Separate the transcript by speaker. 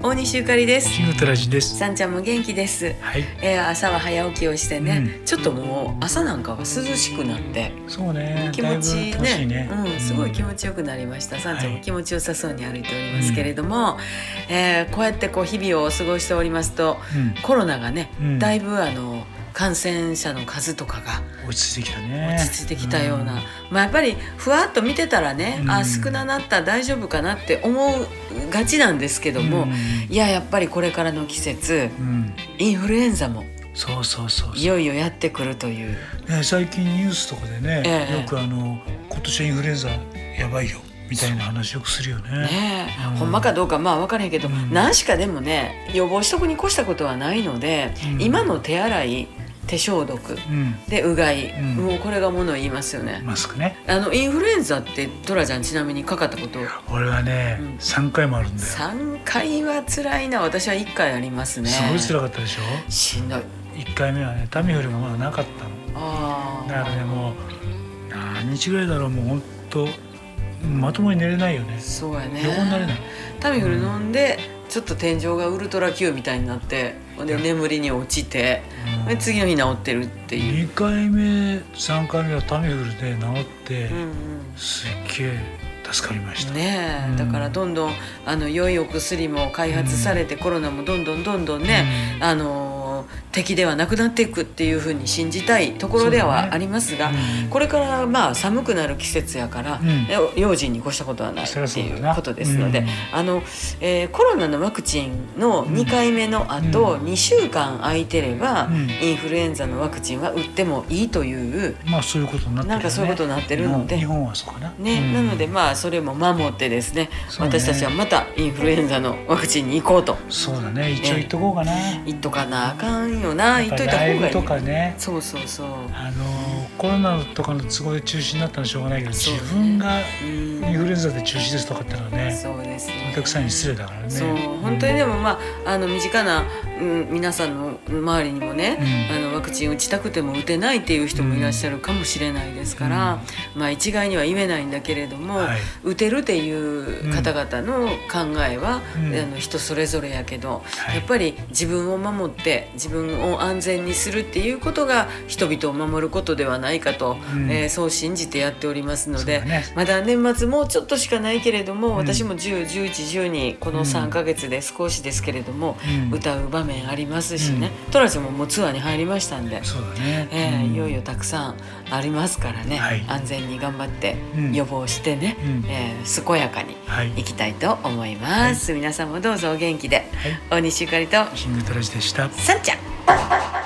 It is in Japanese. Speaker 1: 大西ゆかりです
Speaker 2: キングトラジです。
Speaker 1: さんちゃんも元気です、
Speaker 2: はい。
Speaker 1: えー朝は早起きをしてね、
Speaker 2: う
Speaker 1: ちょっともう朝なんかは涼しくなって
Speaker 2: そうね。
Speaker 1: 気持ちいい
Speaker 2: だぶ楽
Speaker 1: ね
Speaker 2: しいね。
Speaker 1: うん、すごい気
Speaker 2: ち
Speaker 1: 持ちよくなりました、さんちゃん
Speaker 2: は
Speaker 1: も
Speaker 2: い
Speaker 1: 気持ちよさそうに歩いておりますけれども、えーこうやってこう日々を過ごしておりますとコロナがね、
Speaker 2: うん
Speaker 1: だいぶあの感染者の数とかが
Speaker 2: 落ち着いてきたね。
Speaker 1: 落ち着いてきたような、まあ、やっぱりふわっと見てたらね、
Speaker 2: う
Speaker 1: あ
Speaker 2: ん
Speaker 1: 少ななった大丈夫かなって思うがちなんですけ
Speaker 2: う
Speaker 1: ど
Speaker 2: ん。
Speaker 1: も、
Speaker 2: うん
Speaker 1: いややっぱりこれからの季節
Speaker 2: うん。
Speaker 1: インフルエンザも
Speaker 2: そうそうそう
Speaker 1: い
Speaker 2: そ
Speaker 1: よいよやってくるという
Speaker 2: う。ね最近ニュースとかでね、
Speaker 1: ええ
Speaker 2: よくあの今年インフルエンザやばいよみたいな話よくするよね。
Speaker 1: ねえ、
Speaker 2: うん
Speaker 1: ほんまかどうかまあ分からへんけど、
Speaker 2: うん
Speaker 1: 何しかでもね予防しとくに越したことはないので、
Speaker 2: うん
Speaker 1: 今の手洗い手消毒
Speaker 2: うん。
Speaker 1: でうがい、
Speaker 2: うん
Speaker 1: もうこれがものを言いますよね。
Speaker 2: マスクね。
Speaker 1: あのインフルエンザってトラちゃんちなみにかかったこと
Speaker 2: 俺はね
Speaker 1: うん、
Speaker 2: 三、回もあるんだよ。
Speaker 1: 3回は辛いな私は1回ありますね
Speaker 2: すごい辛かったでしょ。
Speaker 1: しんどい
Speaker 2: 一回目はね、タミフルがまだなかったの。
Speaker 1: あ
Speaker 2: だからね
Speaker 1: あ
Speaker 2: もう何日ぐらいだろうもう本当まともに寝れないよね
Speaker 1: そうやね
Speaker 2: 横になれない
Speaker 1: タミフル飲んでちょっと天井がウルトラ Q みたいになってほんで眠りに落ちて
Speaker 2: う
Speaker 1: で
Speaker 2: ん
Speaker 1: 次の日治ってるっていう、
Speaker 2: 2回目3回目はタミフルで治って、
Speaker 1: うん
Speaker 2: すっげえ助かりまし
Speaker 1: う
Speaker 2: た、
Speaker 1: ん、ねえ、
Speaker 2: うん
Speaker 1: だからどんどんあの良いお薬も開発されて、コロナもどんどんどんどんね、
Speaker 2: うん
Speaker 1: あのー敵ではなくなっていくっていうふうに信じたいところで
Speaker 2: そうだ
Speaker 1: は
Speaker 2: ね
Speaker 1: ありますが、
Speaker 2: うん
Speaker 1: これからまあ寒くなる季節やから、
Speaker 2: うん
Speaker 1: よ用心に越したことはないっ
Speaker 2: そりゃそ
Speaker 1: て
Speaker 2: うだ
Speaker 1: い
Speaker 2: な
Speaker 1: うことですので、
Speaker 2: うん
Speaker 1: あのえーコロナのワクチンの2回目の後、
Speaker 2: う
Speaker 1: 2週間空いてれば、
Speaker 2: うん
Speaker 1: インフルエンザのワクチンは打ってもいいという
Speaker 2: まあそういうことになってるよね
Speaker 1: なんかそういうことになってるので
Speaker 2: 日本日本はそうかな
Speaker 1: ね、
Speaker 2: うん
Speaker 1: なのでまあそれも守ってですね
Speaker 2: そうね
Speaker 1: 私たちはまたインフルエンザのワクチンに行こうと
Speaker 2: そうだね一応言っとこうかな、
Speaker 1: 言っとかなあかんよな言っといた
Speaker 2: ライ
Speaker 1: 方が
Speaker 2: ブ
Speaker 1: いい
Speaker 2: とかね
Speaker 1: そうそうそう
Speaker 2: あのーコロナとかの都合で中止になったのはしょうがないけど、
Speaker 1: そう
Speaker 2: 自
Speaker 1: ね
Speaker 2: 分が
Speaker 1: うん
Speaker 2: インフルエンザで中止ですとかってのはね
Speaker 1: そうですね
Speaker 2: お客さんに失礼だからね
Speaker 1: そう本当にでもまああの身近な、うん、皆さんの周りにもね、
Speaker 2: うん
Speaker 1: あのワクチン打ちたくても打てないっていう人もいらっしゃるかもしれないですから、まあ一概には言えないんだけれども、
Speaker 2: はい
Speaker 1: 打てるっていう方々の考えは、
Speaker 2: うん
Speaker 1: あの人それぞれやけど、
Speaker 2: はい
Speaker 1: やっぱり自分を守って自分を安全にするっていうことが人々を守ることではないかと、
Speaker 2: うん
Speaker 1: えーそう信じてやっておりますの
Speaker 2: そう
Speaker 1: で
Speaker 2: だ、ね
Speaker 1: まだ年末もうちょっとしかないけれども、
Speaker 2: ん
Speaker 1: 私も101112こ
Speaker 2: う
Speaker 1: の
Speaker 2: ん
Speaker 1: 3ヶ月で少しですけれども、
Speaker 2: うん
Speaker 1: 歌う場面ありますしね、トラちゃんももうツアーに入りましたんで、
Speaker 2: そうだね、
Speaker 1: えー
Speaker 2: うん
Speaker 1: いよいよたくさんありますからね、
Speaker 2: はい
Speaker 1: 安全に頑張って
Speaker 2: うん
Speaker 1: 予防してね、
Speaker 2: うん
Speaker 1: えー健やかに
Speaker 2: はい
Speaker 1: いきたいと思います、皆さんもどうぞお元気で
Speaker 2: はい
Speaker 1: 大西ゆかりと
Speaker 2: キングトラジでした
Speaker 1: さんちゃん